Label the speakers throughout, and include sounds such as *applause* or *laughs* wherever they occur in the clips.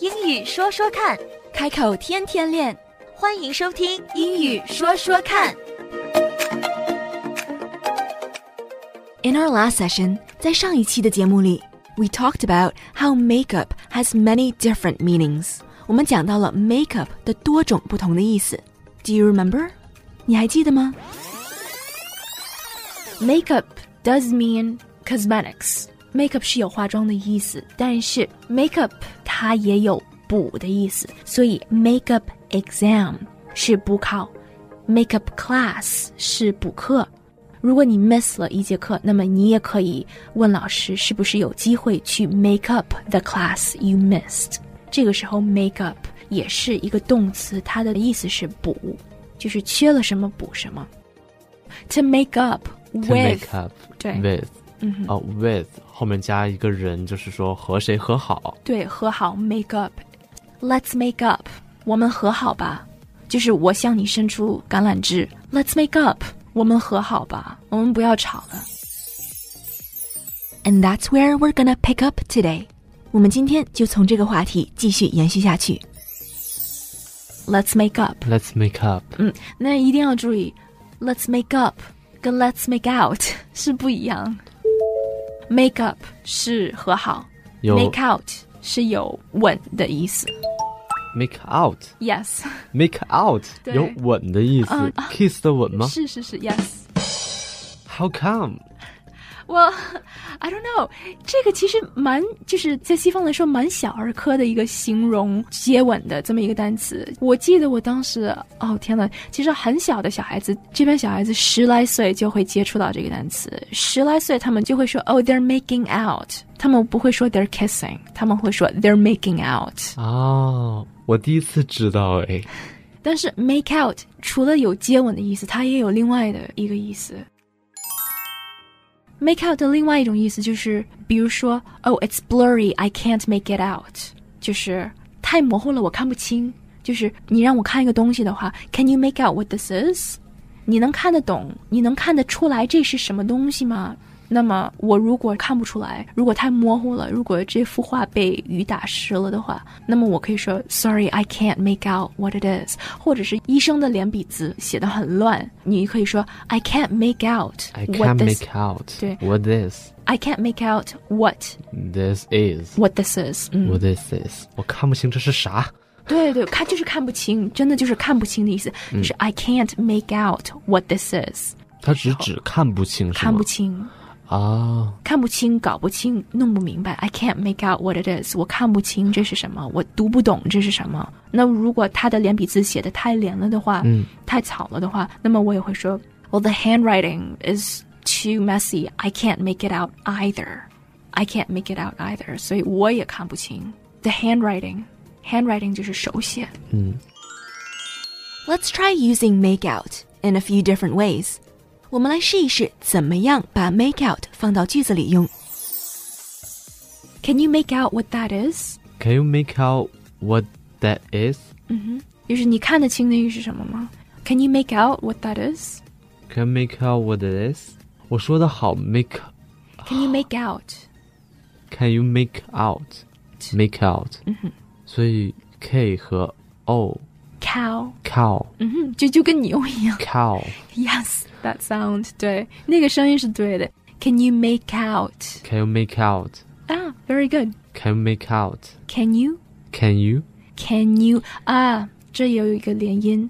Speaker 1: 英语说说看，
Speaker 2: 开口天天练。
Speaker 1: 欢迎收听《英语说说看》。
Speaker 2: In our last session，在上一期的节目里，we talked about how makeup has many different meanings。我们讲到了 makeup 的多种不同的意思。Do you remember？你还记得吗
Speaker 3: ？Makeup does mean cosmetics。Makeup 是有化妆的意思，但是 makeup 它也有补的意思，所以 makeup exam 是补考，makeup class 是补课。如果你 miss 了一节课，那么你也可以问老师是不是有机会去 make up the class you missed。这个时候 make up 也是一个动词，它的意思是补，就是缺了什么补什么。To make up with，,
Speaker 4: To make up
Speaker 3: 对
Speaker 4: with
Speaker 3: 嗯哼。
Speaker 4: 哦、with 后面加一个人，就是说和谁和好。
Speaker 3: 对，和好，make up，let's make up，我们和好吧。就是我向你伸出橄榄枝，let's make up，我们和好吧，我们不要吵了。
Speaker 2: ？And that's where we're gonna pick up today。我们今天就从这个话题继续延续下去。
Speaker 3: Let's make up，
Speaker 4: Let's make up。
Speaker 3: 嗯，那一定要注意，let's make up 跟 let's make out 是不一样。make up 是和好
Speaker 4: 有
Speaker 3: ，make out 是有吻的意思。
Speaker 4: make out。
Speaker 3: Yes，
Speaker 4: make out
Speaker 3: 对
Speaker 4: 有吻的意思、
Speaker 3: 嗯
Speaker 4: k i s s 的吻吗
Speaker 3: 是是是，Yes。
Speaker 4: ？How come？
Speaker 3: Well, I don't know，这个其实蛮就是在西方来说蛮小儿科的一个形容接吻的这么一个单词。我记得我当时，哦天呐，其实很小的小孩子，这边小孩子十来岁就会接触到这个单词，十来岁他们就会说哦、they're making out，他们不会说 they're kissing，他们会说 they're making out。
Speaker 4: 哦，我第一次知道哎。
Speaker 3: 但是 make out 除了有接吻的意思，它也有另外的一个意思。make out 的另外一种意思就是，比如说，Oh, it's blurry, I can't make it out，就是太模糊了，我看不清。就是你让我看一个东西的话，Can you make out what this is？你能看得懂，你能看得出来这是什么东西吗？那么我如果看不出来，如果太模糊了，如果这幅画被雨打湿了的话，那么我可以说 Sorry, I can't make out what it is，或者是医生的连笔字写得很乱，你可以说 I can't make out
Speaker 4: I
Speaker 3: what
Speaker 4: can't
Speaker 3: this
Speaker 4: make out
Speaker 3: 对
Speaker 4: what this
Speaker 3: I can't make out what
Speaker 4: this is
Speaker 3: what this is。嗯，
Speaker 4: what this is，我看不清这是啥。
Speaker 3: 对对，看就是看不清，真的就是看不清的意思，就是 I can't make out what this is，
Speaker 4: 他只指看不清是吗？
Speaker 3: 看不清，
Speaker 4: 啊，
Speaker 3: 看不清，搞不清，弄不明白。I can't make out what it is，我看不清这是什么，我读不懂这是什么。那如果他的连笔字写的太连了的话，
Speaker 4: 嗯，
Speaker 3: 太草了的话，那么我也会说，Well, the handwriting is too messy. I can't make it out either. I can't make it out either. 所以我也看不清 the handwriting. Handwriting 就是手写。
Speaker 2: Let's try using make out in a few different ways。我们来试一试怎么样把 make out 放到句子里用。
Speaker 3: Can you make out what that is？
Speaker 4: Can you make out what that is?
Speaker 3: 就是你看得清那个是什么吗？Can you make out what that is？
Speaker 4: Can you make out what it is? 我说的好，make
Speaker 3: Can you make out？
Speaker 4: Can you make out make out？所以 K 和 O
Speaker 3: Cow，
Speaker 4: cow
Speaker 3: 嗯哼，就就跟牛一样。
Speaker 4: cow
Speaker 3: Yes，that sound，对，那个声音是对的。Can you make out？
Speaker 4: Can you make out?
Speaker 3: 啊，very good。
Speaker 4: Can you make out?
Speaker 3: Can you？
Speaker 4: Can you?
Speaker 3: Can you 啊，这也有一个连音。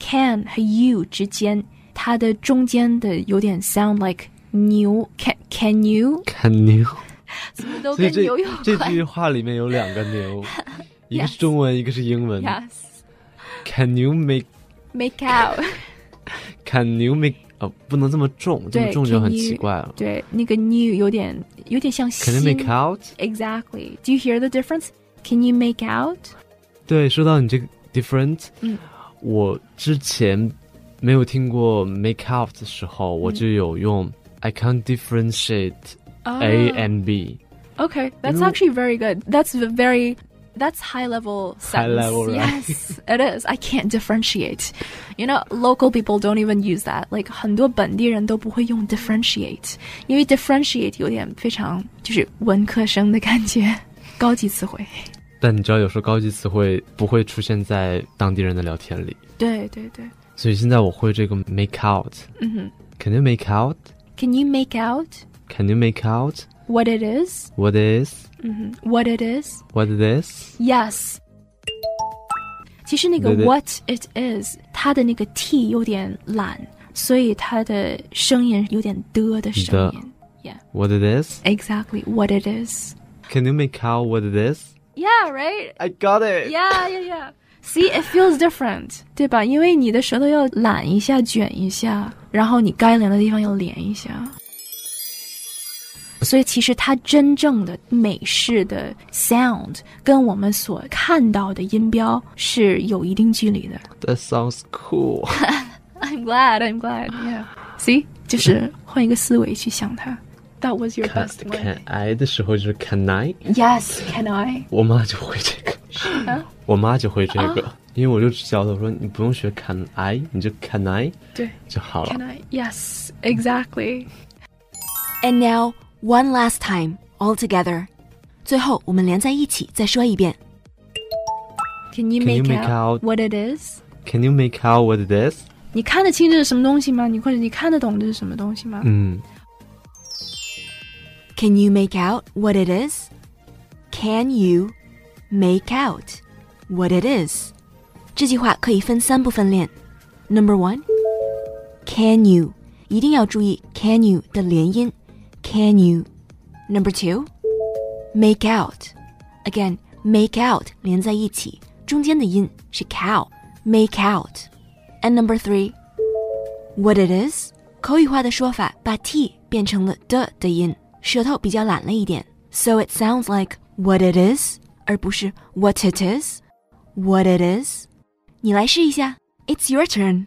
Speaker 3: Can 和 you 之间，它的中间的有点 sound like 牛。Can Can you *laughs*
Speaker 4: Can you？
Speaker 3: 怎么都
Speaker 4: 所以
Speaker 3: 跟
Speaker 4: 这
Speaker 3: 牛有
Speaker 4: 这
Speaker 3: 关
Speaker 4: 句话里面有两个
Speaker 3: *laughs*
Speaker 4: 牛，一个
Speaker 3: Yes
Speaker 4: 是中文，一个是英文。
Speaker 3: ？Yes，make
Speaker 4: Can you make
Speaker 3: out。
Speaker 4: Can you make？呃，不能这么重，这么
Speaker 3: 对
Speaker 4: 重就
Speaker 3: can
Speaker 4: 很
Speaker 3: you-
Speaker 4: 奇怪了。
Speaker 3: 对，那个 new 有点有点像
Speaker 4: Can you
Speaker 3: 心
Speaker 4: make out？
Speaker 3: Exactly. Do you hear the difference? Can you make out?
Speaker 4: 对，说到你这个 different，
Speaker 3: 嗯，
Speaker 4: 我之前没有听过 make out 的时候，
Speaker 3: 嗯
Speaker 4: 我就有用 I can't differentiate A
Speaker 3: 啊
Speaker 4: and B。
Speaker 3: Okay, that's
Speaker 4: know-
Speaker 3: actually very good. That's a very that's high level
Speaker 4: High
Speaker 3: sentence.
Speaker 4: level, right?
Speaker 3: Yes, it is. I can't differentiate. You know, local people don't even use that. Like 很多本地人都不会用 differentiate，因为 *laughs* differentiate 有点非常就是文科生的感觉，高级词汇。
Speaker 4: 但你知道，有时候高级词汇不会出现在当地人的聊天里，
Speaker 3: 对对对，
Speaker 4: 所以现在我会这个 make out。
Speaker 3: 嗯哼。
Speaker 4: Can you make out?
Speaker 3: Can you make out
Speaker 4: Can you make out?
Speaker 3: what it is?
Speaker 4: What is?
Speaker 3: Mhm. What it is?
Speaker 4: What this?
Speaker 3: Yes. 其实那个
Speaker 4: 对对
Speaker 3: what it is，它的那个 t 有点懒，所以它的声音有点的的声音。
Speaker 4: What this?
Speaker 3: Exactly what it is.
Speaker 4: Can you make out what this?
Speaker 3: Yeah, right.
Speaker 4: I got it.
Speaker 3: Yeah, yeah, yeah. See, it feels different，对吧？因为你的舌头要懒一下、卷一下，然后你该连的地方要连一下。所以，其实它真正的美式的 sound 跟我们所看到的音标是有一定距离的。
Speaker 4: That sounds cool.
Speaker 3: I'm glad, I'm glad. Yeah. See，就是换一个思维去想它。That was your
Speaker 4: Can
Speaker 3: best one.
Speaker 4: can I 的时候就是 Can I，
Speaker 3: Yes, can I?
Speaker 4: 我妈就会这个，我妈就会这个，
Speaker 3: 啊
Speaker 4: 因为我就教她我说你不用学 Can I，你就 Can I
Speaker 3: 对
Speaker 4: 就好了
Speaker 3: ，Can。I? Yes, exactly.
Speaker 2: And now one last time, all together. 最后我们连在一起再说一遍。
Speaker 3: Can you
Speaker 4: Can you
Speaker 3: make,
Speaker 4: make out-
Speaker 3: what it is?
Speaker 4: Can you make out what this？
Speaker 3: 你看得清这是什么东西吗？你或者你看得懂这是什么东西吗？
Speaker 4: 嗯
Speaker 2: Can you make out what it is? Can you make out what it is? 这句话可以分三部分练。Number one, can you 一定要注意 can you 的连音。Can you? Number two, make out. Again, make out 连在一起，中间的音是 cow. Make out. And number three, what it is 口语化的说法把 t 变成了 d 的音，舌头比较懒了一点，so it sounds like what it is 而不是 what it is. What it is. 你来试一下，It's your turn.